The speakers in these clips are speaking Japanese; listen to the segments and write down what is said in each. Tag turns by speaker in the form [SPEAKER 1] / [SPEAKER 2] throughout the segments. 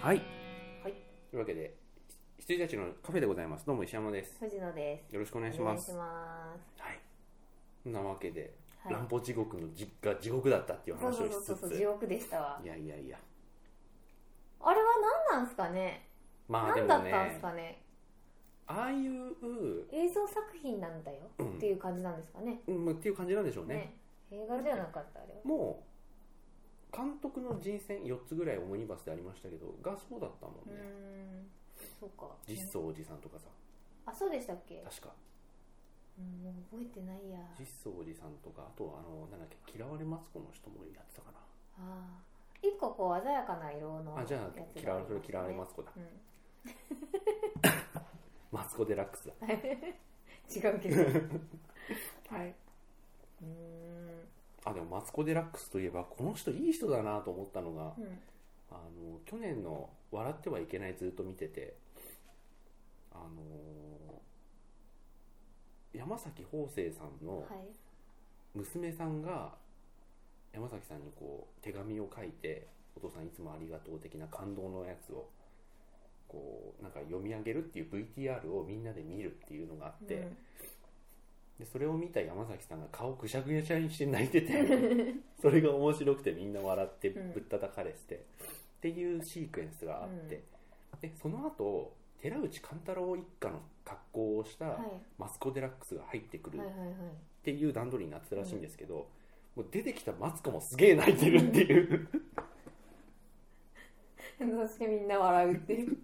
[SPEAKER 1] はい。はい。というわけで、羊たちのカフェでございます。どうも石山です。
[SPEAKER 2] 藤野です。
[SPEAKER 1] よろしくお
[SPEAKER 2] お
[SPEAKER 1] 願いします。
[SPEAKER 2] 願いします
[SPEAKER 1] はい。そんなわけで、
[SPEAKER 2] はい
[SPEAKER 1] 乱歩地獄の実家地獄だったっていう話
[SPEAKER 2] そ
[SPEAKER 1] を
[SPEAKER 2] う
[SPEAKER 1] し
[SPEAKER 2] そう
[SPEAKER 1] つ
[SPEAKER 2] そう
[SPEAKER 1] つ、
[SPEAKER 2] そう地獄でしたわ
[SPEAKER 1] い。やいやいや。
[SPEAKER 2] あれは何なんすかね。
[SPEAKER 1] まあで
[SPEAKER 2] 何だ
[SPEAKER 1] も
[SPEAKER 2] っ
[SPEAKER 1] ね、
[SPEAKER 2] たんすかね。
[SPEAKER 1] ああいう、
[SPEAKER 2] 映像作品なんだよ
[SPEAKER 1] うん
[SPEAKER 2] っていう感じなんですかね。
[SPEAKER 1] うん、っていう感じなんでしょうね。
[SPEAKER 2] ね。映画ではなかったあれは。
[SPEAKER 1] もう、監督の人選4つぐらいオムニバスでありましたけど、がそうだったも
[SPEAKER 2] うー
[SPEAKER 1] んね。
[SPEAKER 2] ん。そうか。
[SPEAKER 1] 実相おじさんとかさ、
[SPEAKER 2] あそうでしたっけ。
[SPEAKER 1] 確か。
[SPEAKER 2] うんもう覚えてないや。
[SPEAKER 1] 実相おじさんとか、あとはあの、なんだっけ、嫌われマツコの人もやってたかな。
[SPEAKER 2] ああ。一個こう鮮やかな色の
[SPEAKER 1] あじゃあ
[SPEAKER 2] やつ
[SPEAKER 1] 嫌われそれ嫌われマ
[SPEAKER 2] す。
[SPEAKER 1] ツコだ
[SPEAKER 2] うん。
[SPEAKER 1] マツコ・デラックスだ
[SPEAKER 2] 違うけど。はい。うーん。
[SPEAKER 1] あでもマツコ・デラックスといえばこの人いい人だなと思ったのが、
[SPEAKER 2] うん。
[SPEAKER 1] あの去年の「笑ってはいけない」ずっと見ててあのー山崎邦生さんの
[SPEAKER 2] はい。
[SPEAKER 1] 娘さんが山崎さんにこう手紙を書いて「お父さんいつもありがとう」的な感動のやつをこうなんか読み上げるっていう VTR をみんなで見るっていうのがあって、
[SPEAKER 2] うん
[SPEAKER 1] でそれを見た山崎さんが顔ぐしゃぐしゃにして泣いて てそれが面白くてみんな笑って
[SPEAKER 2] うん
[SPEAKER 1] ぶったたかれてて、っていうシークエンスがあって、でその後寺内貫太郎一家の格好をした
[SPEAKER 2] はい。
[SPEAKER 1] マスコ・デラックスが入ってくる
[SPEAKER 2] はい
[SPEAKER 1] っ
[SPEAKER 2] はいはい
[SPEAKER 1] ていう段取りになってたらしいんですけど、もう出てきたマツコもすげえ泣いてるって いう
[SPEAKER 2] そしてみんな笑うって いう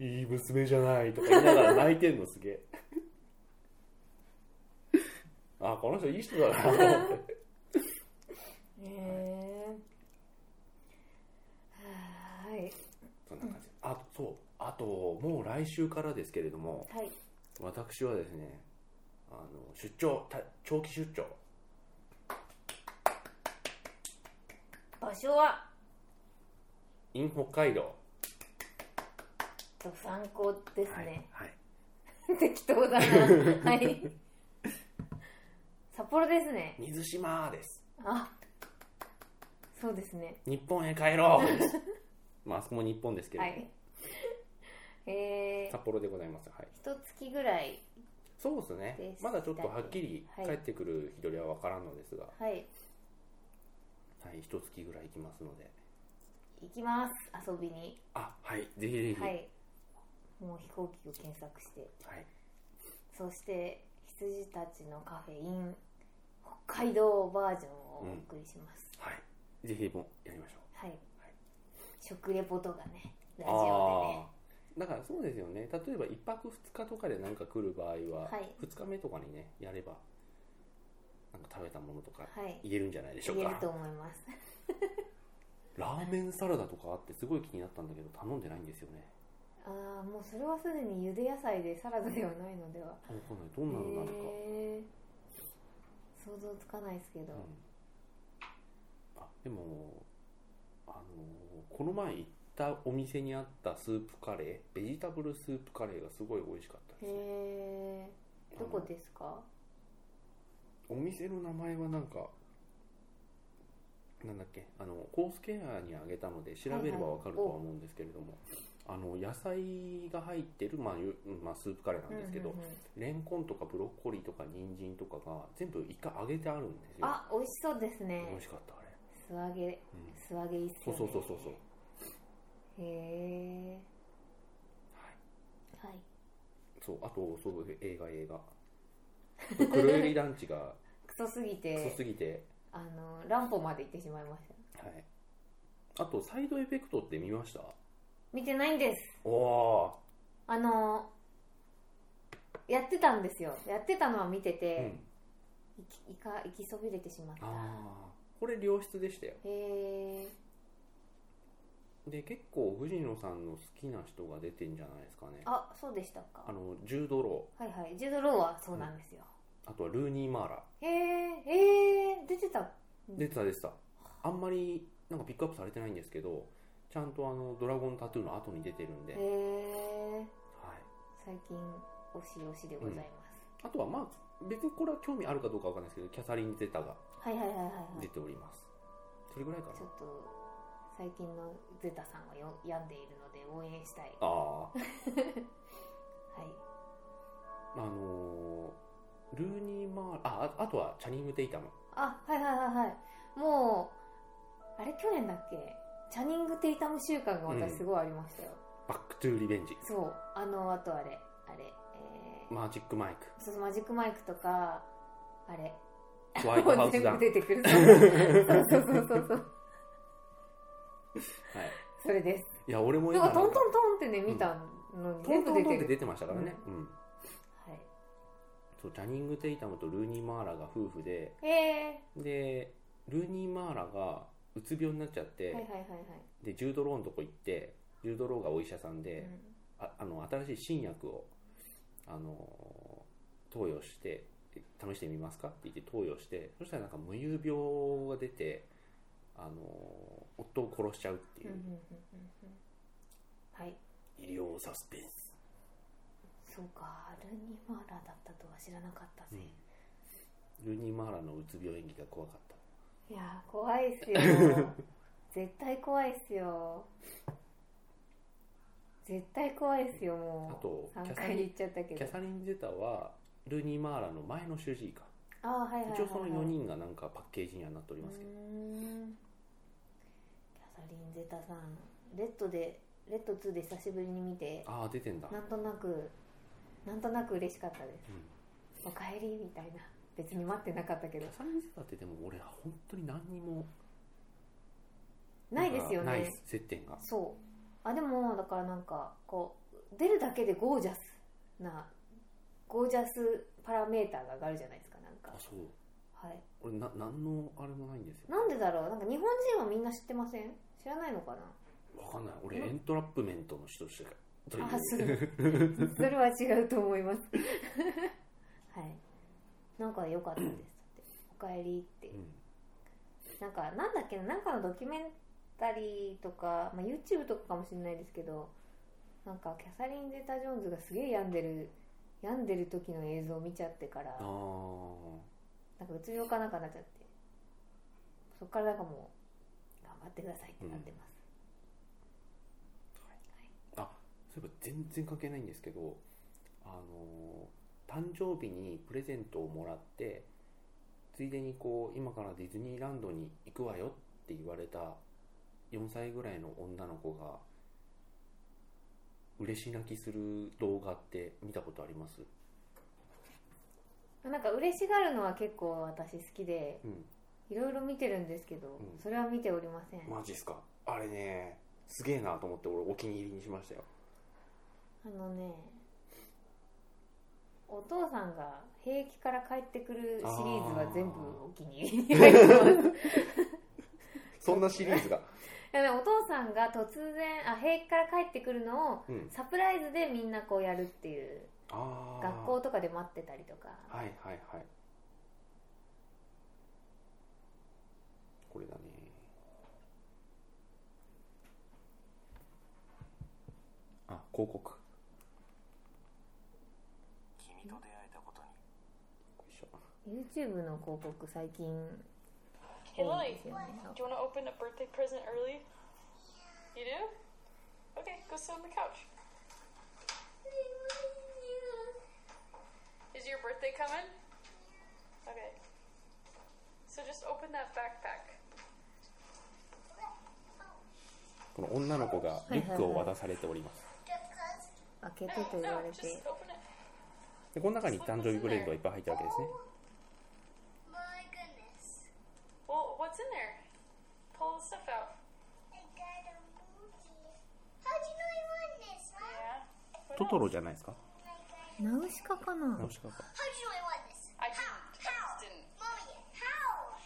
[SPEAKER 1] いい娘じゃないとか言いながら泣いてるのすげえあこの人いい人だなと思って。
[SPEAKER 2] へえはい
[SPEAKER 1] そんな感じ、あそうあともう来週からですけれども
[SPEAKER 2] はい
[SPEAKER 1] 私はですねあの出張た長期出張
[SPEAKER 2] 場所は
[SPEAKER 1] in 北海道
[SPEAKER 2] と参考です
[SPEAKER 1] はい、
[SPEAKER 2] ね、
[SPEAKER 1] はい、
[SPEAKER 2] 適当だなはい 札幌ですね
[SPEAKER 1] 水島です
[SPEAKER 2] あそうですね
[SPEAKER 1] 日本へ帰ろうです まああそこも日本ですけれ
[SPEAKER 2] は
[SPEAKER 1] ども、
[SPEAKER 2] いえー、
[SPEAKER 1] 札幌でございますはい
[SPEAKER 2] 一月ぐらい
[SPEAKER 1] そうですね
[SPEAKER 2] です
[SPEAKER 1] まだちょっとはっきり
[SPEAKER 2] はい
[SPEAKER 1] 帰ってくる日取りは分からんのですが
[SPEAKER 2] はい
[SPEAKER 1] はい一月ぐらい行きますので
[SPEAKER 2] 行きます遊びに
[SPEAKER 1] あはいぜひぜひ、
[SPEAKER 2] はいもう飛行機を検索して
[SPEAKER 1] はい
[SPEAKER 2] そして羊たちのカフェイン北海道バージョンをお送りします、
[SPEAKER 1] はい、ぜひもうやりましょう
[SPEAKER 2] はい
[SPEAKER 1] はい
[SPEAKER 2] 食レポとかねラジオ
[SPEAKER 1] ああーだからそうですよね例えば1泊2日とかでなんか来る場合は、
[SPEAKER 2] はい
[SPEAKER 1] 2日目とかにねやればなんか食べたものとか
[SPEAKER 2] でねはい
[SPEAKER 1] 言えるんじゃないでしょ
[SPEAKER 2] 言
[SPEAKER 1] う
[SPEAKER 2] え
[SPEAKER 1] か
[SPEAKER 2] ると思います
[SPEAKER 1] ラーメンサラダとかあってすごい気になったんだけど頼んでないんですよね
[SPEAKER 2] ああもうそれはすでにゆで野菜でサラダではないのでは
[SPEAKER 1] あ分かんないどんなのなのか、
[SPEAKER 2] へー想像つかないですけど、
[SPEAKER 1] うん、あでもあのーこの前行ったお店にあったスープカレーベジタブルスープカレーがすごい美味しかったですね
[SPEAKER 2] へえどこですか
[SPEAKER 1] お店の名前はなんかなんだっけあのコースケアにあげたので調べればわかるとは思うんですけれども、あの野菜が入ってる、まあゆまあ、スープカレーなんですけど、
[SPEAKER 2] うんうんうん
[SPEAKER 1] レンコンとかブロッコリーとか人参とかが全部一回揚げてあるんですよ
[SPEAKER 2] あ美味しそうです
[SPEAKER 1] 美
[SPEAKER 2] ね
[SPEAKER 1] 味しかったあれ、
[SPEAKER 2] 素揚げ
[SPEAKER 1] うん
[SPEAKER 2] 素揚げいいっす
[SPEAKER 1] そ
[SPEAKER 2] よ
[SPEAKER 1] う
[SPEAKER 2] ね
[SPEAKER 1] そうそうそうそう
[SPEAKER 2] へえ
[SPEAKER 1] はい
[SPEAKER 2] はい
[SPEAKER 1] そうあとそう映画 映画黒百合団地が
[SPEAKER 2] クソすぎ
[SPEAKER 1] ク
[SPEAKER 2] て
[SPEAKER 1] ソすぎて、
[SPEAKER 2] あの乱歩まで行ってしまいました
[SPEAKER 1] はい、あとサイドエフェクトって見ました
[SPEAKER 2] 見てないんです
[SPEAKER 1] おおー
[SPEAKER 2] あのやってたんですよやってたのは見て
[SPEAKER 1] うん
[SPEAKER 2] て、行き行か行きそびれてしまった
[SPEAKER 1] ああこれ良質でしたよ
[SPEAKER 2] へえ
[SPEAKER 1] で結構藤野さんの好きな人が出てんじゃないですかねあ
[SPEAKER 2] あそうでしたか
[SPEAKER 1] のジュード・ロ
[SPEAKER 2] はいはいジュード・ローはそうなんですよ、
[SPEAKER 1] ーあとはルーニー・マーラ
[SPEAKER 2] へえへえ出てた
[SPEAKER 1] 出てた出てたあんまりなんかピックアップされてないんですけどちゃんとあのドラゴンタトゥーの後に出てるんで、
[SPEAKER 2] へ
[SPEAKER 1] はい、
[SPEAKER 2] え最近推し推しでございます、
[SPEAKER 1] あとはまあ別にこれは興味あるかどうかわかんないですけどキャサリン・ゼタが
[SPEAKER 2] はいはいはいはいは
[SPEAKER 1] 出
[SPEAKER 2] い
[SPEAKER 1] ております、それぐらいかな
[SPEAKER 2] ちょっと最近のゼタさんはよ病んでいるので応援したいは
[SPEAKER 1] ああ
[SPEAKER 2] い
[SPEAKER 1] あのールーニー・マーあああとはチャニング・テイタム
[SPEAKER 2] あはいはいはいはいもうあれ去年だっけチャニング・テイタム習慣が
[SPEAKER 1] う
[SPEAKER 2] 私
[SPEAKER 1] ん
[SPEAKER 2] すごいありましたよ、
[SPEAKER 1] バック・トゥ・リベンジ
[SPEAKER 2] そうあのあとあれあれ、えー
[SPEAKER 1] マジック・マイ
[SPEAKER 2] そうそうマジックマイクとかあれ
[SPEAKER 1] クホワイトハ
[SPEAKER 2] も
[SPEAKER 1] ウ
[SPEAKER 2] う全
[SPEAKER 1] スだ
[SPEAKER 2] 部
[SPEAKER 1] は
[SPEAKER 2] 出てくるそうそうそうそうそう
[SPEAKER 1] い
[SPEAKER 2] それです
[SPEAKER 1] いや俺も
[SPEAKER 2] なん
[SPEAKER 1] 今
[SPEAKER 2] かト
[SPEAKER 1] な
[SPEAKER 2] ン
[SPEAKER 1] ん
[SPEAKER 2] ト
[SPEAKER 1] か
[SPEAKER 2] ントンってね見たのに
[SPEAKER 1] トン
[SPEAKER 2] 全
[SPEAKER 1] ト
[SPEAKER 2] 部
[SPEAKER 1] ン
[SPEAKER 2] 出
[SPEAKER 1] トンって
[SPEAKER 2] てくる、
[SPEAKER 1] 出てましたからね、うん
[SPEAKER 2] はい
[SPEAKER 1] そうチャニング・テイタムとルーニー・マーラが夫婦で
[SPEAKER 2] え
[SPEAKER 1] でルーニー・マーラがうつ病になっちゃって、
[SPEAKER 2] ー、はいはいはい
[SPEAKER 1] でジュード・ローのとこ行ってジュード・ローがお医者さん
[SPEAKER 2] はい、
[SPEAKER 1] で
[SPEAKER 2] う、ん
[SPEAKER 1] ああの新しい新薬を、あの投与して試してみますかって言って投与してそしたらなんか無遊病が出て、あの夫を殺しちゃうっていううん
[SPEAKER 2] うんうんうんうんはい
[SPEAKER 1] 医療サスペンス、
[SPEAKER 2] そうかルニマーラだったとは知らなかったぜ、
[SPEAKER 1] ルーニー・マーラのうつ病演技が怖かった
[SPEAKER 2] いやー怖いっすよ 絶対怖いっすよ絶対怖いっすよもう
[SPEAKER 1] あとキ
[SPEAKER 2] 3
[SPEAKER 1] ャサ
[SPEAKER 2] 回
[SPEAKER 1] リン
[SPEAKER 2] 言っちゃったけ
[SPEAKER 1] キ
[SPEAKER 2] ど
[SPEAKER 1] ャサリン・ゼタはルーニー・マーラの前の主治医か
[SPEAKER 2] ああはいはいはい、は
[SPEAKER 1] 一
[SPEAKER 2] い、
[SPEAKER 1] 応その4人がなんかパッケージにはなっておりますけど、
[SPEAKER 2] うーんキャサリン・ゼタさんレッドでレッド2で久しぶりに見て
[SPEAKER 1] ああ出てんだ、
[SPEAKER 2] なんとなくなんとなく嬉しかったです
[SPEAKER 1] うん
[SPEAKER 2] おかえりみたいな別に待ってなかったけ
[SPEAKER 1] キ
[SPEAKER 2] ど
[SPEAKER 1] ャサリン・ゼタってでも俺は本当に何にも
[SPEAKER 2] ないですよ
[SPEAKER 1] ない
[SPEAKER 2] ね
[SPEAKER 1] 接点が
[SPEAKER 2] そうあでもだからなんかこう出るだけでゴージャスなゴージャスパラメーターが上がるじゃないですかなん
[SPEAKER 1] あ
[SPEAKER 2] か
[SPEAKER 1] そう
[SPEAKER 2] はい
[SPEAKER 1] 俺な何のあれもないんですよ
[SPEAKER 2] なんでだろうなんか日本人はみんな知ってません知らないのかな
[SPEAKER 1] わかんない俺
[SPEAKER 2] うん
[SPEAKER 1] エントラップメントの人としてかという
[SPEAKER 2] あそうそれは違うと思います はいなんか良かったですって「おかえり」って
[SPEAKER 1] うん
[SPEAKER 2] なんかなんだっけななんかのドキュメンタリーとか、まあ、YouTube とかかもしれないですけどなんかキャサリン・ゼタ・ジョーンズがすげえ病んでる病んでる時の映像を見ちゃってから
[SPEAKER 1] ああ
[SPEAKER 2] なんかうつ病かなんかになっちゃってそっからなんかもう頑張ってくださいってなってます、
[SPEAKER 1] そういえば全然関係ないんですけどあのー誕生日にプレゼントをもらってついでにこう今からディズニーランドに行くわよって言われた4歳ぐらいの女の子が嬉し泣きする動画って見たことあります
[SPEAKER 2] なんか嬉しがるのは結構私好きで
[SPEAKER 1] うん
[SPEAKER 2] いろいろ見てるんですけど、
[SPEAKER 1] うん
[SPEAKER 2] それは見ておりません、
[SPEAKER 1] マジっすかあれねすげえなと思って俺お気に入りにしましたよ
[SPEAKER 2] あのねお父さんが兵役から帰ってくるシリーズは全部お気に入りに入ってます
[SPEAKER 1] そんなシリーズが、
[SPEAKER 2] いやでもお父さんが突然あ兵役から帰ってくるのを
[SPEAKER 1] うん、
[SPEAKER 2] サプライズでみんなこうやるっていう
[SPEAKER 1] ああ
[SPEAKER 2] 学校とかで待ってたりとか
[SPEAKER 1] はいはいはいこれだねあ広告よ
[SPEAKER 3] 君と出会えたことに
[SPEAKER 1] いしょ
[SPEAKER 2] YouTube の広告最近多い
[SPEAKER 4] Hey, Lily,
[SPEAKER 2] ですよね
[SPEAKER 4] do you want to open a birthday present early? You do? Okay, go sit on the couch. Is your birthday coming? Okay. So just open that backpack.
[SPEAKER 1] この女の子がリュックを渡されております、
[SPEAKER 2] 開けて
[SPEAKER 4] No,
[SPEAKER 2] と言
[SPEAKER 4] no,
[SPEAKER 2] われて
[SPEAKER 4] just open it.
[SPEAKER 1] でこの中に誕生日プレゼントがいっぱい入ってるわけですね
[SPEAKER 5] My goodness.
[SPEAKER 4] Well, what's in there? Pull the stuff out.
[SPEAKER 5] I got a movie. How do you know I won this,
[SPEAKER 4] Yeah.
[SPEAKER 5] huh?
[SPEAKER 4] What
[SPEAKER 1] トトロ
[SPEAKER 4] else?
[SPEAKER 1] じゃないですか
[SPEAKER 5] I got it.
[SPEAKER 2] ナウシカかな
[SPEAKER 1] ナウシカか
[SPEAKER 5] How do you know I won this?
[SPEAKER 4] I
[SPEAKER 5] how?
[SPEAKER 4] didn't. I
[SPEAKER 5] How?
[SPEAKER 4] just didn't.
[SPEAKER 5] Mommy, how?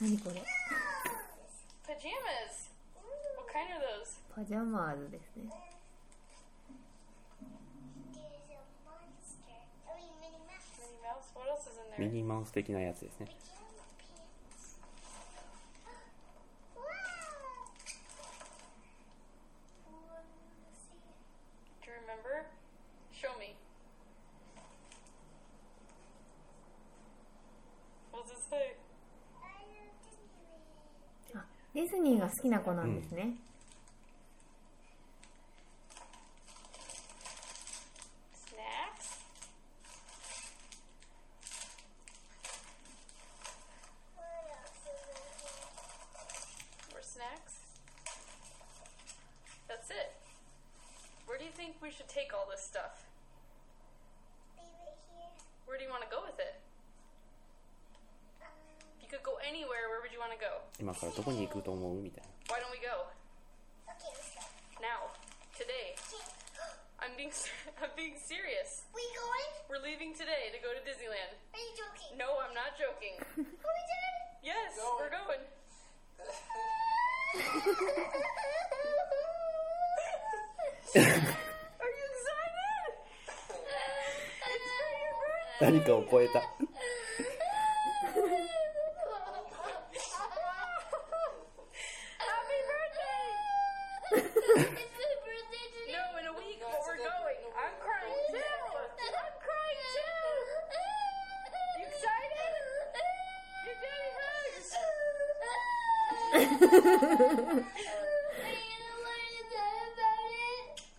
[SPEAKER 5] Whoa.
[SPEAKER 2] 何これ
[SPEAKER 4] Pajamas. What kind are those?
[SPEAKER 2] パジャマーズですね
[SPEAKER 5] There's a monster. I mean, Minnie Mouse.
[SPEAKER 4] Minnie Mouse. What else is in
[SPEAKER 1] ミ
[SPEAKER 4] there?
[SPEAKER 1] ニーマウス的なやつですね
[SPEAKER 5] Pajama pants. wow. Wanna see it?
[SPEAKER 4] Do you remember? Show me.
[SPEAKER 2] ディズニーが好きな子なんですね、
[SPEAKER 4] Snacks? More snacks? That's it. Where do you think we should take all this stuff?
[SPEAKER 5] Leave it here.
[SPEAKER 4] Where do you want to go with it? If you could go anywhere, where would you want to go?
[SPEAKER 1] 今からどこに行くと思うみたいな
[SPEAKER 4] Why don't we go?
[SPEAKER 5] Okay, let's go.
[SPEAKER 4] Now. Today. I'm being I'm being serious.
[SPEAKER 5] We going?
[SPEAKER 4] We're leaving today to go to Disneyland.
[SPEAKER 5] Are you joking?
[SPEAKER 4] No, I'm not joking.
[SPEAKER 5] Are we done?
[SPEAKER 4] Yes, we're going. Are you excited?
[SPEAKER 1] 何かを超えた
[SPEAKER 4] Happy birthday! No, in a week, but we're going. I'm crying too. I'm crying too. You excited? Give daddy hugs.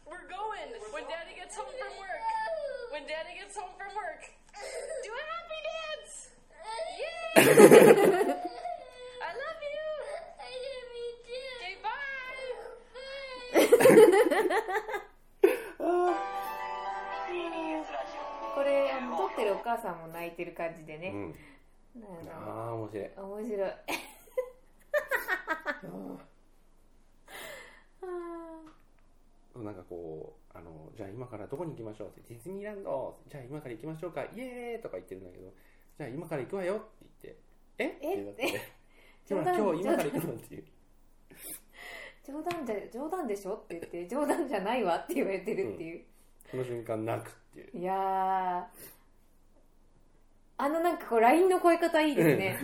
[SPEAKER 4] We're going when daddy gets home from work. When daddy gets home from work, do a happy dance. Yay! I love you. Okay, bye.
[SPEAKER 2] これあの撮ってるお母さんも泣いてる感じで
[SPEAKER 1] う
[SPEAKER 2] ね、
[SPEAKER 1] ん
[SPEAKER 2] なんか
[SPEAKER 1] ああ面白い
[SPEAKER 2] 面白いあ
[SPEAKER 1] なんかこうあのじゃあ今からどこに行きましょうってディズニーランドじゃあ今から行きましょうかイエーイとか言ってるんだけどじゃあ今から行くわよって言ってえ
[SPEAKER 2] え
[SPEAKER 1] ってなって今
[SPEAKER 2] 冗談
[SPEAKER 1] 今日今から行くのっていう
[SPEAKER 2] ー冗談じゃ冗談でしょって言って冗談じゃないわって言われてるっていう、
[SPEAKER 1] その瞬間泣くっていう
[SPEAKER 2] いやーあのなんかこう LINE の超え方いいですね、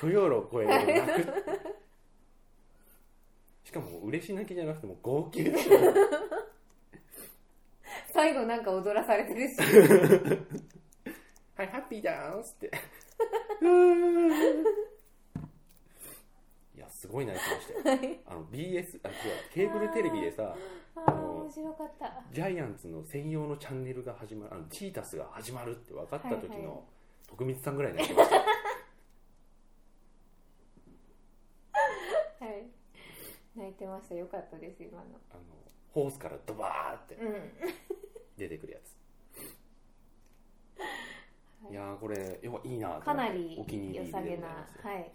[SPEAKER 1] 許容量を超える泣くっていうしかも嬉し泣きじゃなくてもう号泣でしょ
[SPEAKER 2] 最後なんか踊らされ てるし
[SPEAKER 1] はい、ハッピーダンスって。うーんいや、すごい泣いてましたよ。あの、BS、あ、違う、ケーブルテレビでさ、
[SPEAKER 2] あ
[SPEAKER 1] あ
[SPEAKER 2] あ
[SPEAKER 1] の
[SPEAKER 2] 面白かった
[SPEAKER 1] ジャイアンツの専用のチャンネルが始まる、あの、チータスが始まるって分かった時
[SPEAKER 2] はいはい
[SPEAKER 1] の、徳光さんぐらい泣いてましたよ。
[SPEAKER 2] はい泣いてましたよかったです今の
[SPEAKER 1] あの、ホースからドバーって
[SPEAKER 2] うん
[SPEAKER 1] 出てくるや つ。いやー、これ、要はいいなと思って
[SPEAKER 2] かなり
[SPEAKER 1] お気に入り
[SPEAKER 2] 良
[SPEAKER 1] でご
[SPEAKER 2] さ
[SPEAKER 1] ざい
[SPEAKER 2] げな
[SPEAKER 1] ますよ
[SPEAKER 2] はい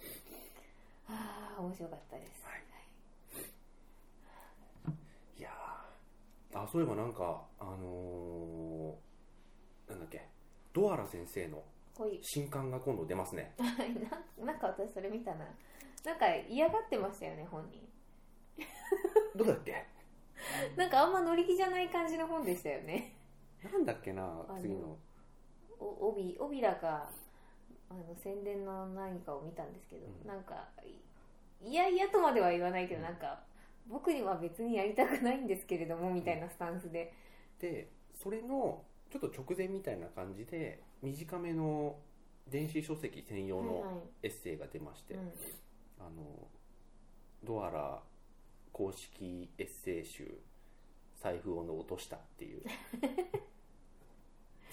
[SPEAKER 2] ああ面白かったです、
[SPEAKER 1] はいいやーあそういえばなんかあのーなんだっけドアラ先生の
[SPEAKER 2] こうい
[SPEAKER 1] 新刊が今度出ます ね
[SPEAKER 2] はいななんか私それ見たななんか嫌がってましたよね本人
[SPEAKER 1] どこだっけ
[SPEAKER 2] なんかあんま乗り気じゃない感じの本でしたよね
[SPEAKER 1] なんだっけな
[SPEAKER 2] の
[SPEAKER 1] 次の
[SPEAKER 2] お帯帯らがあの宣伝の何かを見たんですけど、
[SPEAKER 1] うん
[SPEAKER 2] なんかいいやいやとまでは言わないけど、なんか僕には別にやりたくないんですけれどもみたいなスタンスで、
[SPEAKER 1] でそれのちょっと直前みたいな感じで短めの電子書籍専用
[SPEAKER 2] はいは
[SPEAKER 1] のエッセイが出まして、
[SPEAKER 2] い、うん、
[SPEAKER 1] あのドアラ公式エッセイ集「財布を落とした」って いう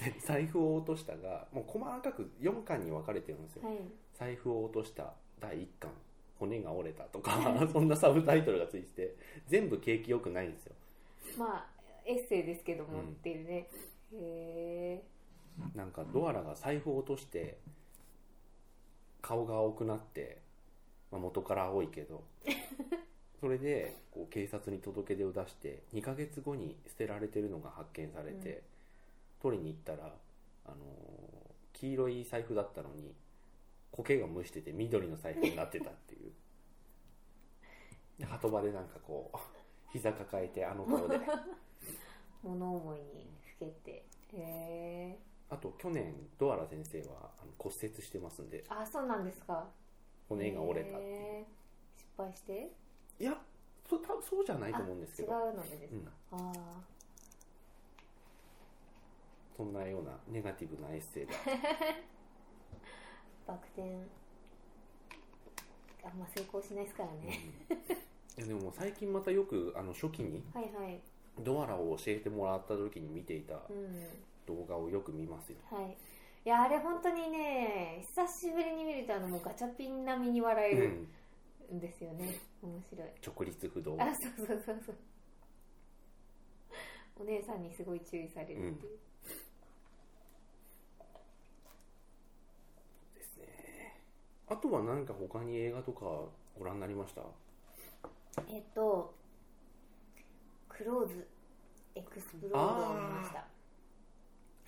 [SPEAKER 1] で財布を落としたがもう細かく4巻に分かれてるんですよ、
[SPEAKER 2] はい
[SPEAKER 1] 財布を落とした第1巻骨が折れたとか そんなサブタイトルがついてて全部景気良くないんですよ
[SPEAKER 2] まあエッセイですけども、
[SPEAKER 1] うん
[SPEAKER 2] っていうねへえ
[SPEAKER 1] なんかドアラが財布を落として顔が青くなって、まあ、元から青いけどそれでこう警察に届け出を出して2ヶ月後に捨てられてるのが発見されて、取りに行ったら、あのー黄色い財布だったのに苔が蒸してて緑の財布になってたっていうで波止場でなんかこう膝抱えてあの顔で。
[SPEAKER 2] 物思いにふけてへえ
[SPEAKER 1] あと去年ドアラ先生はあの骨折してますんで
[SPEAKER 2] あそうなんですか
[SPEAKER 1] 骨が折れたっていう
[SPEAKER 2] へー失敗して
[SPEAKER 1] いやそ多分そうじゃないと思うんですけど、
[SPEAKER 2] あ違うのでですか、ああ
[SPEAKER 1] そんなようなネガティブなエッセイが
[SPEAKER 2] バク転あんま成功しないですからね、
[SPEAKER 1] いやでも最近またよくあの初期に
[SPEAKER 2] はいはい
[SPEAKER 1] ドアラを教えてもらった時に見ていた
[SPEAKER 2] うん
[SPEAKER 1] 動画をよく見ますよ、
[SPEAKER 2] はいいやあれ本当にね久しぶりに見るとあのもうガチャピン並みに笑え
[SPEAKER 1] う
[SPEAKER 2] る
[SPEAKER 1] ん、
[SPEAKER 2] んですよね、面白い
[SPEAKER 1] 直立不動
[SPEAKER 2] あそうそうそうそうお姉さんにすごい注意されるっていう、
[SPEAKER 1] ですねあとは何か他に映画とかご覧になりました
[SPEAKER 2] えっとクローズエクスプロードを見ました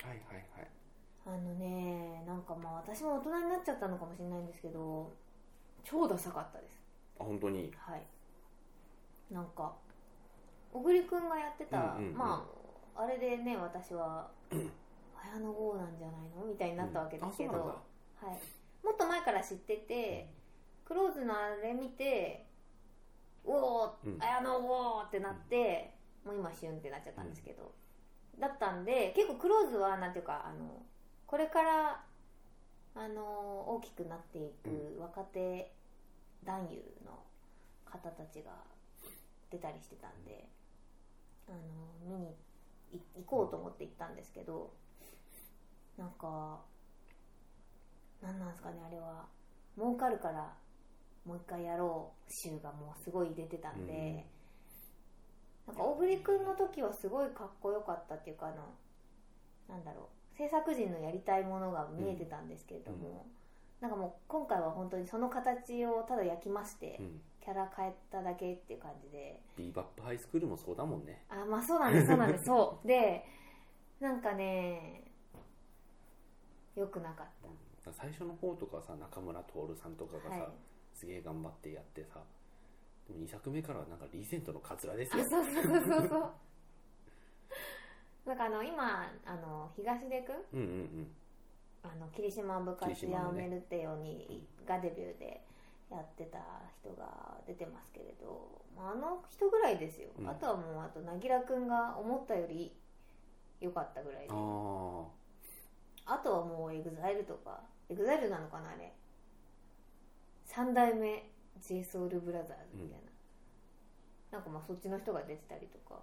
[SPEAKER 1] はいはいはい
[SPEAKER 2] あのねなんかまあ私も大人になっちゃったのかもしれないんですけど超ダサかったです
[SPEAKER 1] あ本当に
[SPEAKER 2] はいなんか小栗くんがやってた、
[SPEAKER 1] うんうんうん
[SPEAKER 2] まああれでね私 は綾野剛なんじゃないのみたいになったわけですけど、
[SPEAKER 1] うんあそうなんだ
[SPEAKER 2] はい、もっと前から知ってて、クローズのあれ見て「おお、
[SPEAKER 1] うん
[SPEAKER 2] 綾野剛!」ってなって、もう今シュンってなっちゃったんですけど、だったんで結構クローズはなんていうかあのこれからあの大きくなっていく若手男優の方たちが出たりしてたんで、あの見にい行こうと思って行ったんですけどなんかなんなんですかねあれは儲かるからもう一回やろう週がもうすごい出てたんで、なんか大栗君の時はすごいかっこよかったっていうかあのなんだろう制作陣のやりたいものが見えてたんですけれども、なんかもう今回は本当にその形をただ焼きまして、
[SPEAKER 1] うん
[SPEAKER 2] キャラ変えただけっていう感じで
[SPEAKER 1] ビーバップハイスクールもそうだもんね
[SPEAKER 2] あまあそう なんですそうなんですそうでなんかね良くなかっ
[SPEAKER 1] 最初の方とかさ中村徹さんとか
[SPEAKER 2] た
[SPEAKER 1] が
[SPEAKER 2] は
[SPEAKER 1] さ、
[SPEAKER 2] い
[SPEAKER 1] すげえ頑張ってやってさでも2作目からはなんかリーゼントのカツラです
[SPEAKER 2] あ
[SPEAKER 1] よ
[SPEAKER 2] そうそうそうそうそうなんかあの今あの東出君
[SPEAKER 1] うんうんうん
[SPEAKER 2] あの霧島部活
[SPEAKER 1] 霧
[SPEAKER 2] や
[SPEAKER 1] 島のね
[SPEAKER 2] めるってようにがデビューでやってた人が出てますけれど、まあ、あの人ぐらいですよ、
[SPEAKER 1] うん
[SPEAKER 2] あとはもうあとなぎら君が思ったより良かったぐらい
[SPEAKER 1] あ
[SPEAKER 2] で
[SPEAKER 1] あ
[SPEAKER 2] あとはもうエグザイルとかエグザイルなのかなあれ三代目 JSOULBROTHERS みたいな、なんかまあそっちの人が出てたりとか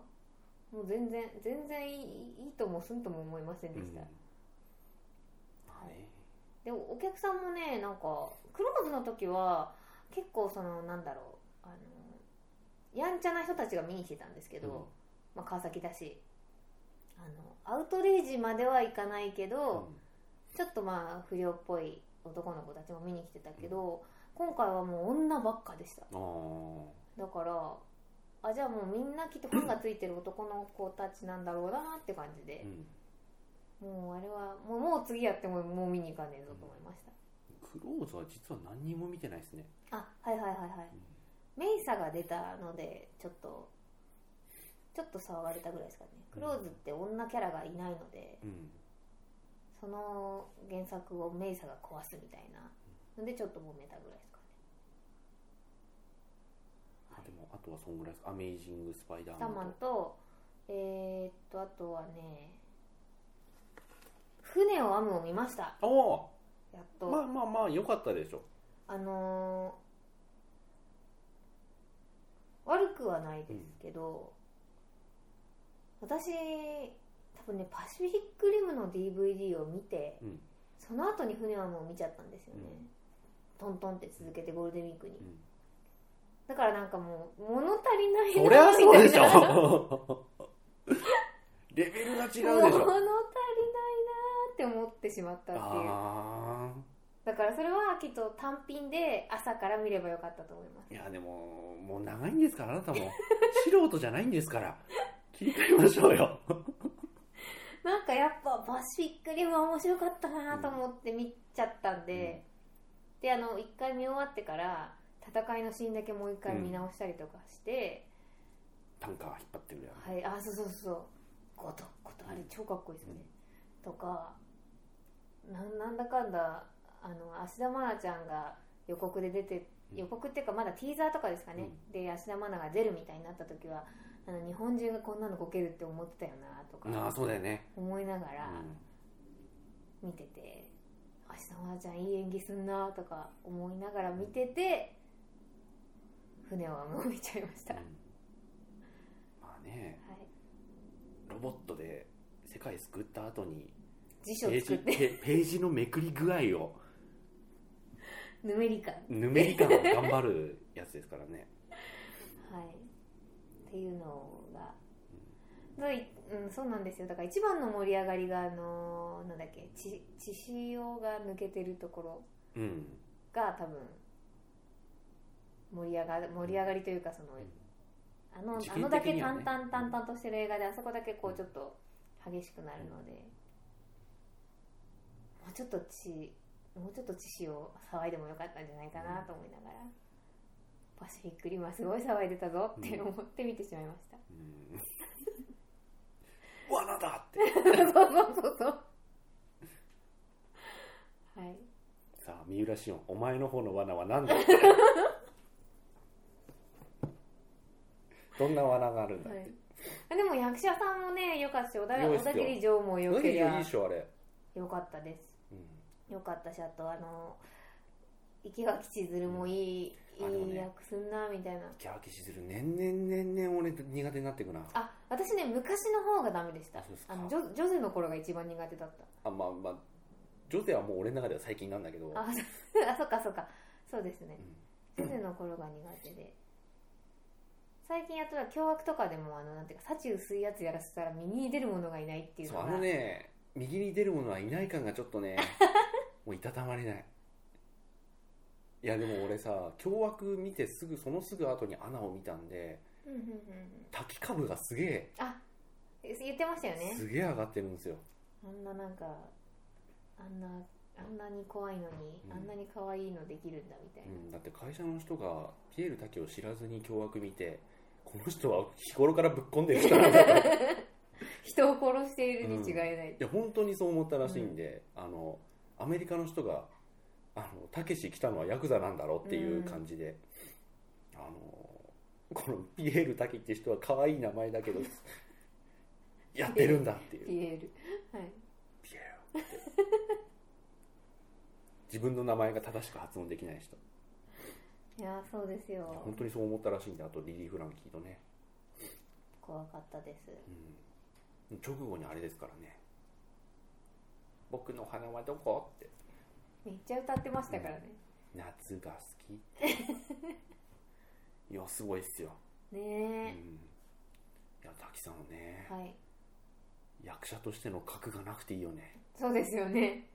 [SPEAKER 2] もう全然全然いいいいともすんとも思いません
[SPEAKER 1] う
[SPEAKER 2] で
[SPEAKER 1] ん
[SPEAKER 2] した、
[SPEAKER 1] まあね
[SPEAKER 2] でお客さんもねなんかクローズの時は結構そのなんだろうあのやんちゃな人たちが見に来てたんですけど、
[SPEAKER 1] うん
[SPEAKER 2] まあ、川崎だしあのアウトレイジまではいかないけど、ちょっとまあ不良っぽい男の子たちも見に来てたけど、今回はもう女ばっかでした
[SPEAKER 1] うん、ああ
[SPEAKER 2] だからあじゃあもうみんなきっとファンがついてる男の子たちなんだろうなって感じで
[SPEAKER 1] う、ん
[SPEAKER 2] もうあれはもうもう次やってももう見に行かねえぞと思いました、
[SPEAKER 1] クローズは実は何にも見てないですね
[SPEAKER 2] あはいはいはいはい、メイサが出たのでちょっとちょっと騒がれたぐらいですかねクローズって女キャラがいないので
[SPEAKER 1] うん
[SPEAKER 2] その原作をメイサが壊すみたいなのでちょっと揉めたぐらいですかね
[SPEAKER 1] あでもあとはそんぐらいですアメイジング・スパイダー
[SPEAKER 2] タ
[SPEAKER 1] マン
[SPEAKER 2] マン
[SPEAKER 1] と
[SPEAKER 2] とえー、っとあとはね船を編むを見ました
[SPEAKER 1] あ
[SPEAKER 2] やっ
[SPEAKER 1] あ
[SPEAKER 2] と、
[SPEAKER 1] まあまあまあ良かったでしょ
[SPEAKER 2] あのー悪くはないですけど、私多分ねパシフィックリムの DVD を見て、
[SPEAKER 1] うん
[SPEAKER 2] その後に船はもう見ちゃったんですよね、トントンって続けてゴールデンウィークに、
[SPEAKER 1] うん
[SPEAKER 2] だからなんかもう物足りない
[SPEAKER 1] そりゃそうでし
[SPEAKER 2] みたいな
[SPEAKER 1] ょ レベルが違うでし
[SPEAKER 2] 物足りないな
[SPEAKER 1] ょ
[SPEAKER 2] ーって思ってしまったっていう
[SPEAKER 1] ああ
[SPEAKER 2] だからそれはきっと単品で朝から見ればよかったと思います
[SPEAKER 1] いやでももう長いんですからあなたも 素人じゃないんですから切り替えましょうよ
[SPEAKER 2] なんかやっぱパシフィックリムは面白かったなと思って見ちゃったんで、であの一回見終わってから戦いのシーンだけもう一回見直したりとかして、
[SPEAKER 1] タンカー引っ張ってるやん、
[SPEAKER 2] はいあそうそうそうそうゴトゴトあれ超かっこいいですよね、とかなんなんだかんだあの芦田愛菜ちゃんが予告で出て
[SPEAKER 1] うん
[SPEAKER 2] 予告っていうかまだティーザーとかですかね、で芦田愛菜が出るみたいになった時はあの日本中がこんなのこけるって思ってたよなと
[SPEAKER 1] ああ
[SPEAKER 2] か
[SPEAKER 1] そうだよね、
[SPEAKER 2] 思いなが
[SPEAKER 1] う
[SPEAKER 2] ら、
[SPEAKER 1] ん、
[SPEAKER 2] 見てて「明日のあちゃんいい演技すんな」とか思いながら見てて船はもう見ちゃいました、
[SPEAKER 1] うん
[SPEAKER 2] はい、
[SPEAKER 1] まあねロボットで世界救った後に
[SPEAKER 2] 辞
[SPEAKER 1] ペ
[SPEAKER 2] 書
[SPEAKER 1] ー
[SPEAKER 2] 作
[SPEAKER 1] ジ
[SPEAKER 2] って
[SPEAKER 1] ペページのめくり具合を
[SPEAKER 2] ヌメリカは
[SPEAKER 1] ぬめり感を頑張るやつですからね
[SPEAKER 2] いっていうのがだいうん、そうなんですよだから一番の盛り上がりがあのーなんだっけち血潮が抜けてるところ
[SPEAKER 1] うん
[SPEAKER 2] が多分盛り上が盛り上がりというかその、あの
[SPEAKER 1] 時期
[SPEAKER 2] あのだけ
[SPEAKER 1] 的には
[SPEAKER 2] 淡
[SPEAKER 1] ね
[SPEAKER 2] 々淡々としてる映画であそこだけこうちょっと激しくなるので、もうちょっと血もうちょっと血を騒いでもよかったんじゃないかなと思いながら、パシフィックリムはすごい騒いでたぞって
[SPEAKER 1] うん
[SPEAKER 2] 思って見てしまいました、
[SPEAKER 1] うん 罠だって
[SPEAKER 2] そうそうそうそうはい
[SPEAKER 1] さあ三浦紫音お前の方の罠は 何だどんな罠があるんだっ
[SPEAKER 2] は
[SPEAKER 1] て、
[SPEAKER 2] い、あでも役者さんもね良かったし小田
[SPEAKER 1] 良いっ
[SPEAKER 2] 小
[SPEAKER 1] すよ
[SPEAKER 2] 田切城もよけり
[SPEAKER 1] いい
[SPEAKER 2] ゃ
[SPEAKER 1] でしょあれ、
[SPEAKER 2] 良かったです
[SPEAKER 1] うん、
[SPEAKER 2] 良かったしあとあの池垣千鶴もいい、
[SPEAKER 1] うんあでも
[SPEAKER 2] いい
[SPEAKER 1] ね
[SPEAKER 2] 役すんなみたいな
[SPEAKER 1] キャーキシズル年々年々俺苦手になっていくな
[SPEAKER 2] あ私ね昔の方がダメでした
[SPEAKER 1] あそうですか
[SPEAKER 2] あのジョジョゼの頃が一番苦手だっ
[SPEAKER 1] あまあまあジョゼはもう俺の中では最近なんだけど
[SPEAKER 2] たあそ あそっかそっかそうです ねジョゼの頃が苦手で最近やったら凶悪とかでもあのなんていうか幸薄いやつやらせたら右に出る者がいないっていう
[SPEAKER 1] そう
[SPEAKER 2] の
[SPEAKER 1] あ
[SPEAKER 2] が
[SPEAKER 1] のね右に出る者はいない感がちょっ とねもういたたまれないいやでも俺さ凶悪見てすぐそのすぐ後にアナを見たんで
[SPEAKER 2] うんうんうんうん
[SPEAKER 1] 滝株がすげえ
[SPEAKER 2] え言ってましたよね
[SPEAKER 1] すげえ上がってるんですよ
[SPEAKER 2] あんななんかあんなあんなに怖いのに、
[SPEAKER 1] うん
[SPEAKER 2] あんなに可愛いのできるんだみたいな、
[SPEAKER 1] うん、だって会社の人がピエール滝を知らずに凶悪見てこの人は日頃からぶっ込んでる人なん だい
[SPEAKER 2] 人を殺しているに違いない、
[SPEAKER 1] や本当にそう思ったらしいんで、あのアメリカの人があの「たけし来たのはヤクザなんだろ」っていう感じで、あのこのピエール滝って人は可愛い名前だ けどやってるんだっていう
[SPEAKER 2] ピエールはい
[SPEAKER 1] ピエールって自分の名前が正しく発音できない人い
[SPEAKER 2] いやーそうです
[SPEAKER 1] や
[SPEAKER 2] よ
[SPEAKER 1] 本当にそう思ったらしいんであとリリー・フランキーとね
[SPEAKER 2] 怖かったです
[SPEAKER 1] うん、直後にあれですからね「僕の花はどこ?」って
[SPEAKER 2] めっちゃ歌ってましたからね、
[SPEAKER 1] 「夏が好き」 いやすごいっすよ、うん、
[SPEAKER 2] ね
[SPEAKER 1] いや滝さんはね
[SPEAKER 2] え、、はい
[SPEAKER 1] 役者としての格がなくていいよね
[SPEAKER 2] そうですよね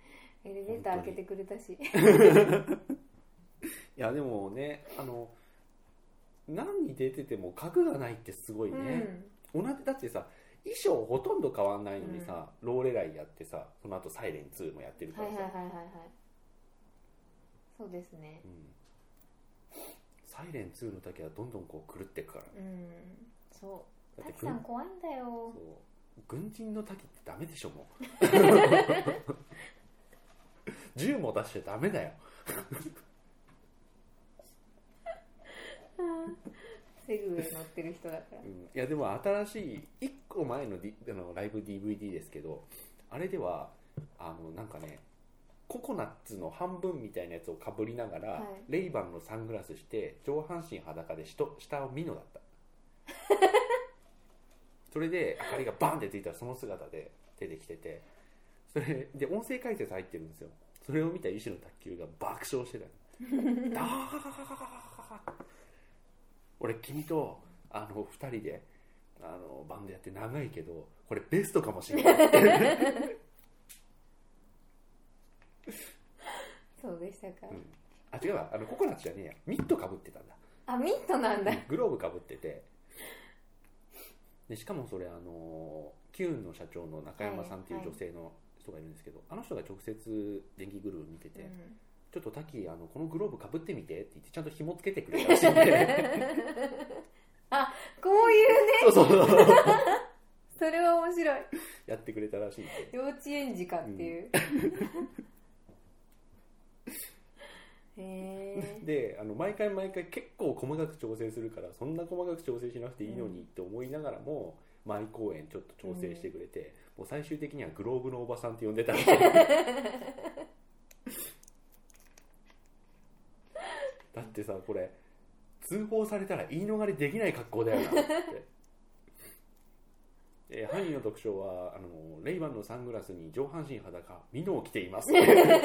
[SPEAKER 2] エレベーター開けてくれたし
[SPEAKER 1] いやでもねあの何に出てても格がないってすごいね、同じだってさ衣装ほとんど変わんないのにさ、ローレライやってさその後サイレン2」もやってる
[SPEAKER 2] うん、
[SPEAKER 1] か
[SPEAKER 2] はい
[SPEAKER 1] ら
[SPEAKER 2] は
[SPEAKER 1] さ、
[SPEAKER 2] いはいはいはいそうですね
[SPEAKER 1] うんサイレン2の時はどんどんこう狂ってくからね
[SPEAKER 2] うんそ
[SPEAKER 1] だ
[SPEAKER 2] う
[SPEAKER 1] って
[SPEAKER 2] 滝さん怖いんだよ
[SPEAKER 1] そう軍人の滝ってダメでしょもう銃も出しちゃダメだよ
[SPEAKER 2] セグウェイ乗ってる人だから
[SPEAKER 1] うんいやでも新しい1個前の,、D、あのライブ DVD ですけどあれではあのなんかねココナッツの半分みたいなやつをかぶりながら、
[SPEAKER 2] はい
[SPEAKER 1] レイバンのサングラスして上半身裸でしと下をミノだったそれで明かりがバンってついたらその姿で出てきててそれで音声解説入ってるんですよそれを見た医師の卓球が爆笑してたダー俺君とあの2人であのバンドやって長いけどこれベストかもしれない
[SPEAKER 2] そうでしたか、
[SPEAKER 1] うんあ違うわあのココナッツじゃねえやミットかぶってたんだ
[SPEAKER 2] あミットなんだ、
[SPEAKER 1] グローブかぶっててでしかもそれあのキューンの社長の中山さんっていう
[SPEAKER 2] はい
[SPEAKER 1] 女性の人がいるんですけど、あの人が直接電気グループ見てて、
[SPEAKER 2] うん
[SPEAKER 1] ちょっとタキあのこのグローブかぶってみてって 言ってちゃんと紐つけてくれたらしいんで
[SPEAKER 2] こういうね
[SPEAKER 1] そうそうそう
[SPEAKER 2] それは面白い
[SPEAKER 1] やってくれたらしいんで
[SPEAKER 2] 幼稚園児かっていう、 へえ
[SPEAKER 1] であの毎回毎回結構細かく調整するからそんな細かく調整しなくていいのにって思いながらも、毎公演ちょっと調整してくれて、もう最終的にはグローブのおばさんって呼んでたんですよだってさこれ通報されたら言い逃れできない格好だよなってえー犯人の特徴はあのレイバンのサングラスに上半身裸ミノを着ていますあれ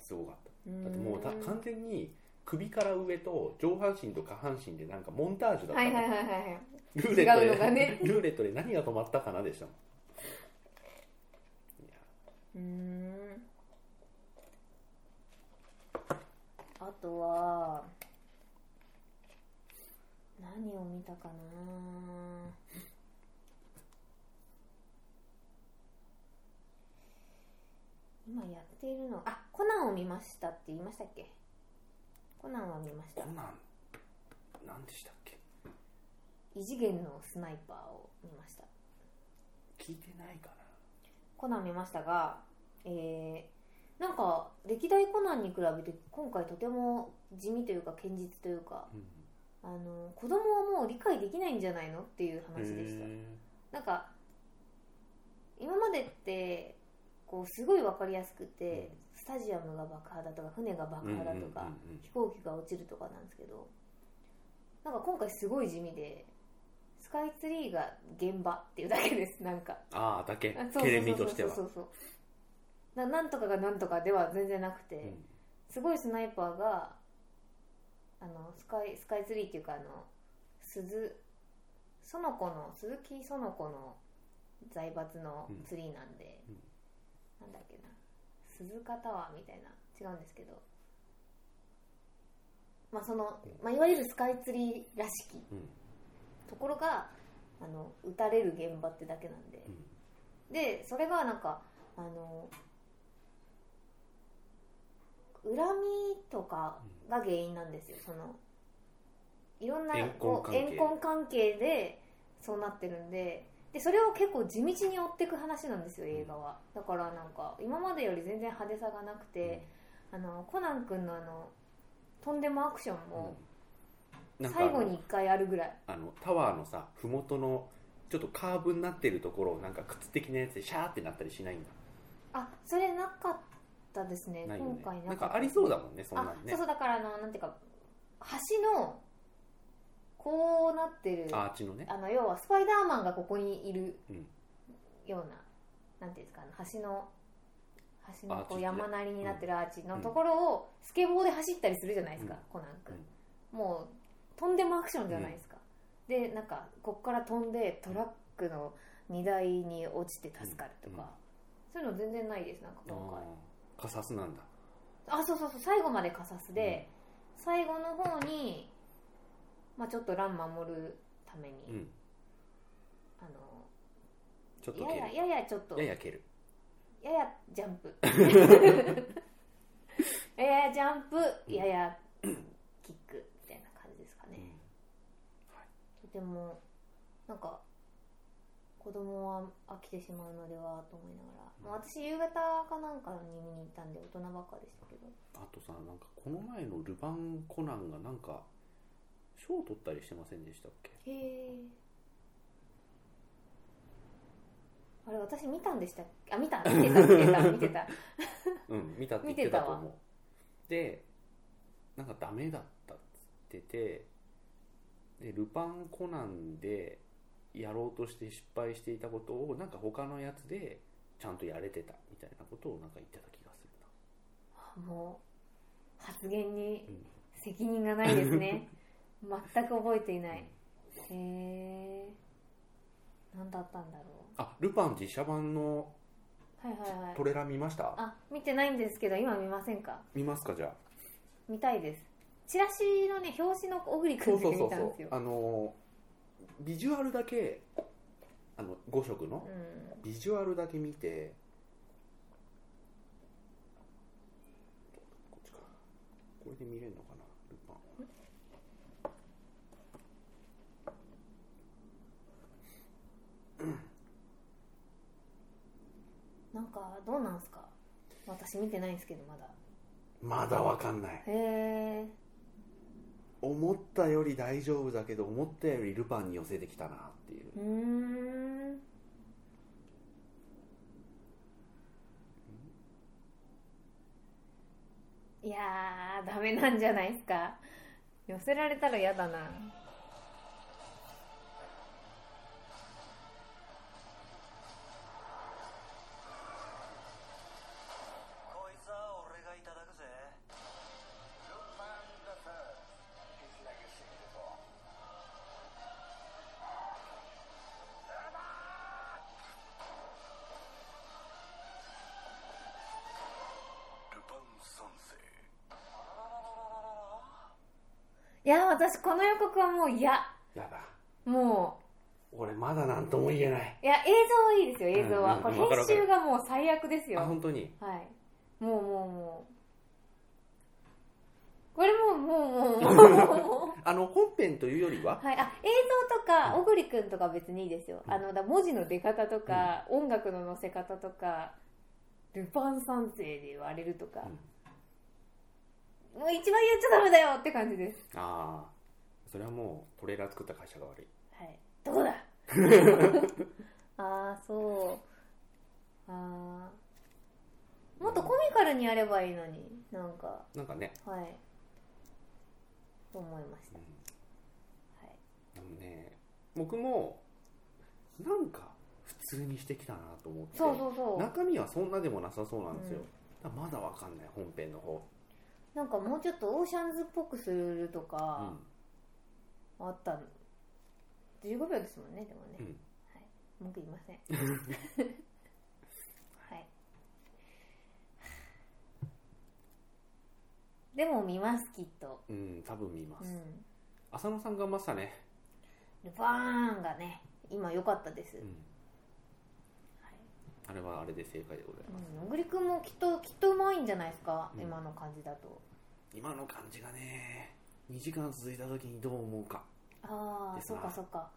[SPEAKER 1] すごかった だってもうた完全に首から上と上半身と下半身でなんかモンタージュだった
[SPEAKER 2] は
[SPEAKER 1] の
[SPEAKER 2] いはいはいはいはい
[SPEAKER 1] ルーレット
[SPEAKER 2] 違うのが
[SPEAKER 1] で、
[SPEAKER 2] ね
[SPEAKER 1] ルーレットで何が止まったかなでしたもんいや
[SPEAKER 2] うーんあとは何を見たかな今やっているのあコナンを見ましたって言いましたっけコナンは見ました
[SPEAKER 1] コナン何でしたっけ
[SPEAKER 2] 異次元のスナイパーを見ました
[SPEAKER 1] 聞いてないか
[SPEAKER 2] コナン見ましたが、えーなんか歴代コナンに比べて今回とても地味というか堅実というか
[SPEAKER 1] な、うん、
[SPEAKER 2] あの子供はもう理解できないんじゃないのっていう話でし
[SPEAKER 1] へ
[SPEAKER 2] た
[SPEAKER 1] ー
[SPEAKER 2] なんか今までってこうすごい分かりやすくて、スタジアムが爆破だとか船が爆破
[SPEAKER 1] うんうん
[SPEAKER 2] だとか、
[SPEAKER 1] うんうん
[SPEAKER 2] 飛行機が落ちるとかなんですけどなんか今回すごい地味でスカイツリーが現場っていうだけですなんか
[SPEAKER 1] ああだけ
[SPEAKER 2] あそうそうそうそう
[SPEAKER 1] テレビとしては
[SPEAKER 2] そうそうななんとかがなんとかでは全然なくて、
[SPEAKER 1] うん
[SPEAKER 2] すごいスナイパーがあのスカイスカイツリーっていうかあの鈴園子の鈴木園子の財閥のツリーなんで、
[SPEAKER 1] うん
[SPEAKER 2] なんだっけな鈴鹿タワーみたいな違うんですけど、まあそのまあ、いわゆるスカイツリーらしき
[SPEAKER 1] うん
[SPEAKER 2] ところがあの撃たれる現場ってだけなんで、
[SPEAKER 1] うん
[SPEAKER 2] でそれがなんかあの恨みとかが原因なんですよそのいろんな
[SPEAKER 1] 怨恨
[SPEAKER 2] こう
[SPEAKER 1] 関係
[SPEAKER 2] 怨恨関係でそうなってるんででそれを結構地道に追っていく話なんですよ映画は、だからなんか今までより全然派手さがなくて、あのコナン君のあのとんでもアクションも
[SPEAKER 1] うんなんかあ
[SPEAKER 2] 最
[SPEAKER 1] の
[SPEAKER 2] 後に1回あるぐらい、
[SPEAKER 1] あのタワーのさ麓のちょっとカーブになってるところをなんか靴的なやつでシャーってなったりしないんだ
[SPEAKER 2] あそれなかったですね
[SPEAKER 1] ないよ
[SPEAKER 2] 今
[SPEAKER 1] ね
[SPEAKER 2] 回
[SPEAKER 1] な
[SPEAKER 2] なんかった
[SPEAKER 1] かありそうだもんねそんな
[SPEAKER 2] あ
[SPEAKER 1] に
[SPEAKER 2] そ
[SPEAKER 1] ね
[SPEAKER 2] うそうだからあのなんていうか橋のこうなってる
[SPEAKER 1] アーチのね
[SPEAKER 2] あの要はスパイダーマンがここにいる
[SPEAKER 1] うん
[SPEAKER 2] ような、なんていうんですかあの橋の橋のこ
[SPEAKER 1] アーチ
[SPEAKER 2] う
[SPEAKER 1] ね
[SPEAKER 2] 山なりになってるアーチのところをスケボーで走ったりするじゃないですか、
[SPEAKER 1] うん
[SPEAKER 2] コナン君、もうとんでもアクションじゃないですか、でなんかこっから飛んでトラックの荷台に落ちて助かるとか、そういうの全然ないですなんか
[SPEAKER 1] あ
[SPEAKER 2] 今回
[SPEAKER 1] ーカサスなんだ
[SPEAKER 2] あそうそうそう最後までカサスで、最後の方に、まあ、ちょっとラン守るために、
[SPEAKER 1] うん
[SPEAKER 2] あ
[SPEAKER 1] ちょっと
[SPEAKER 2] の
[SPEAKER 1] 蹴る
[SPEAKER 2] ややややちょっと
[SPEAKER 1] やや蹴る
[SPEAKER 2] ややジャン プややジャンプややキックみたいな感じですかね、とてもなんか子供は飽きてしまうのではと思いながら、もう私夕方かなんかに見に行ったんで大人ばっかでしたけど
[SPEAKER 1] あとさなんかこの前のルバン・コナンがなんか賞を取ったりしてませんでしたっけ
[SPEAKER 2] へえあれ私見たんでしたっけあ見た見てた見てた見 てた
[SPEAKER 1] うん見たって言ってたと思うでなんかダメだったっつっててでルパンコナンでやろうとして失敗していたことをなんか他のやつでちゃんとやれてたみたいなことをなんか言ってた気がするな
[SPEAKER 2] もう発言に
[SPEAKER 1] うん
[SPEAKER 2] 責任がないですね全く覚えていないへえ何だったんだろ
[SPEAKER 1] あルパン実写版の
[SPEAKER 2] うはいはいはい
[SPEAKER 1] トレラ見ました
[SPEAKER 2] あ見てないんですけど今見ませんか
[SPEAKER 1] 見ますかじゃあ
[SPEAKER 2] 見たいですチラシのね表紙の小栗
[SPEAKER 1] そ
[SPEAKER 2] 君
[SPEAKER 1] うそうそう
[SPEAKER 2] だけ見た
[SPEAKER 1] そ
[SPEAKER 2] んです
[SPEAKER 1] う
[SPEAKER 2] よ
[SPEAKER 1] あのービジュアルだけあの5色の
[SPEAKER 2] う
[SPEAKER 1] ビジュアルだけ見てこっちかこれで見れるのかなルパン
[SPEAKER 2] んなんかどうなんすか私見てないんですけどまだ
[SPEAKER 1] まだわかんない
[SPEAKER 2] へえ
[SPEAKER 1] 思ったより大丈夫だけど思ったよりルパンに寄せてきたなっていう
[SPEAKER 2] うーんいやーダメなんじゃないですか寄せられたら嫌だな
[SPEAKER 3] こいつは俺がいただくぜ
[SPEAKER 6] Roman the First, his legacy before. Dupin Sensei.
[SPEAKER 2] いやー私この予告はもう嫌
[SPEAKER 1] やだ
[SPEAKER 2] も
[SPEAKER 1] 俺まだ何とも言えないう
[SPEAKER 2] いや映像はいいですよ映像は、
[SPEAKER 1] うん
[SPEAKER 2] これ
[SPEAKER 1] うんわかる
[SPEAKER 2] 編
[SPEAKER 1] わかる
[SPEAKER 2] 集がもう最悪ですよ
[SPEAKER 1] あ本当に
[SPEAKER 2] はい。もうもうもう。これもうもうもうもうもうも
[SPEAKER 1] あの本編というよりは
[SPEAKER 2] う。はい、あ映像とか小栗くんとか別にいいですよ、あのだ文字の出方とか、音楽の載せ方とかルパン三世で言われるとか、もう一番言っちゃダメだよって感じです、
[SPEAKER 1] ああそれはもうトレーラー作った会社が悪い
[SPEAKER 2] はい、ど こだああそうああもっとコミカルにやればいいのになんか
[SPEAKER 1] なんかね
[SPEAKER 2] はい。と思いました。はい。
[SPEAKER 1] でもね僕もなんか普通にしてきたなと思って
[SPEAKER 2] そうそうそう。
[SPEAKER 1] 中身はそんなでもなさそうなんですよ、
[SPEAKER 2] うん
[SPEAKER 1] だからまだわかんない本編の方
[SPEAKER 2] なんかもうちょっとオーシャンズっぽくするとか、あったの。15秒ですもんね、でもね。
[SPEAKER 1] うん
[SPEAKER 2] はい。文句言いません。 はい。でも見ます、きっと。
[SPEAKER 1] うん、うん、多分見ま
[SPEAKER 2] う
[SPEAKER 1] す、
[SPEAKER 2] ん。
[SPEAKER 1] 浅野さんがましたね、
[SPEAKER 2] ルパーンがね、今良かったです。
[SPEAKER 1] うん、
[SPEAKER 2] はい
[SPEAKER 1] あれはあれで正解でございます、
[SPEAKER 2] うん、小栗くんもきっと、きっとうまいんじゃないですか、
[SPEAKER 1] うん
[SPEAKER 2] 今の感じだと。
[SPEAKER 1] 今の感じがね2時間続いた時にどう思うか
[SPEAKER 2] ああ
[SPEAKER 1] でさ
[SPEAKER 2] そっかそっか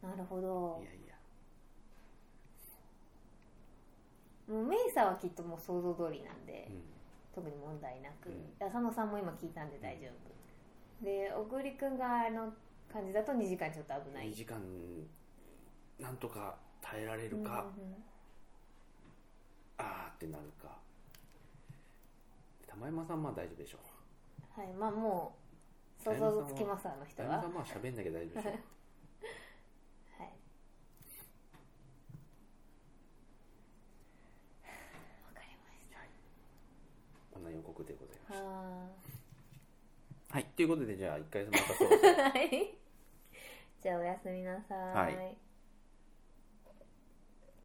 [SPEAKER 2] なるほど
[SPEAKER 1] いやいや
[SPEAKER 2] もうメイさんはきっともう想像通りなんで、
[SPEAKER 1] うん
[SPEAKER 2] 特に問題なく、
[SPEAKER 1] うん
[SPEAKER 2] 浅野さんも今聞いたんで大丈夫で小栗くんがあの感じだと2時間ちょっと危ない
[SPEAKER 1] 2時間なんとか耐えられるか、
[SPEAKER 2] うんうんうん
[SPEAKER 1] あーってなるか玉山さんまあ大丈夫でしょ
[SPEAKER 2] はいまあもう想像つきますあの
[SPEAKER 1] う
[SPEAKER 2] 人は
[SPEAKER 1] 玉山さんまあ喋んなきゃ大丈夫でしょ
[SPEAKER 2] はいわかりまし
[SPEAKER 1] こんな予告でございま
[SPEAKER 2] た
[SPEAKER 1] した
[SPEAKER 2] は
[SPEAKER 1] はいということでじゃあ1回またそうです
[SPEAKER 2] ーいじゃあおやすみなさい
[SPEAKER 1] はい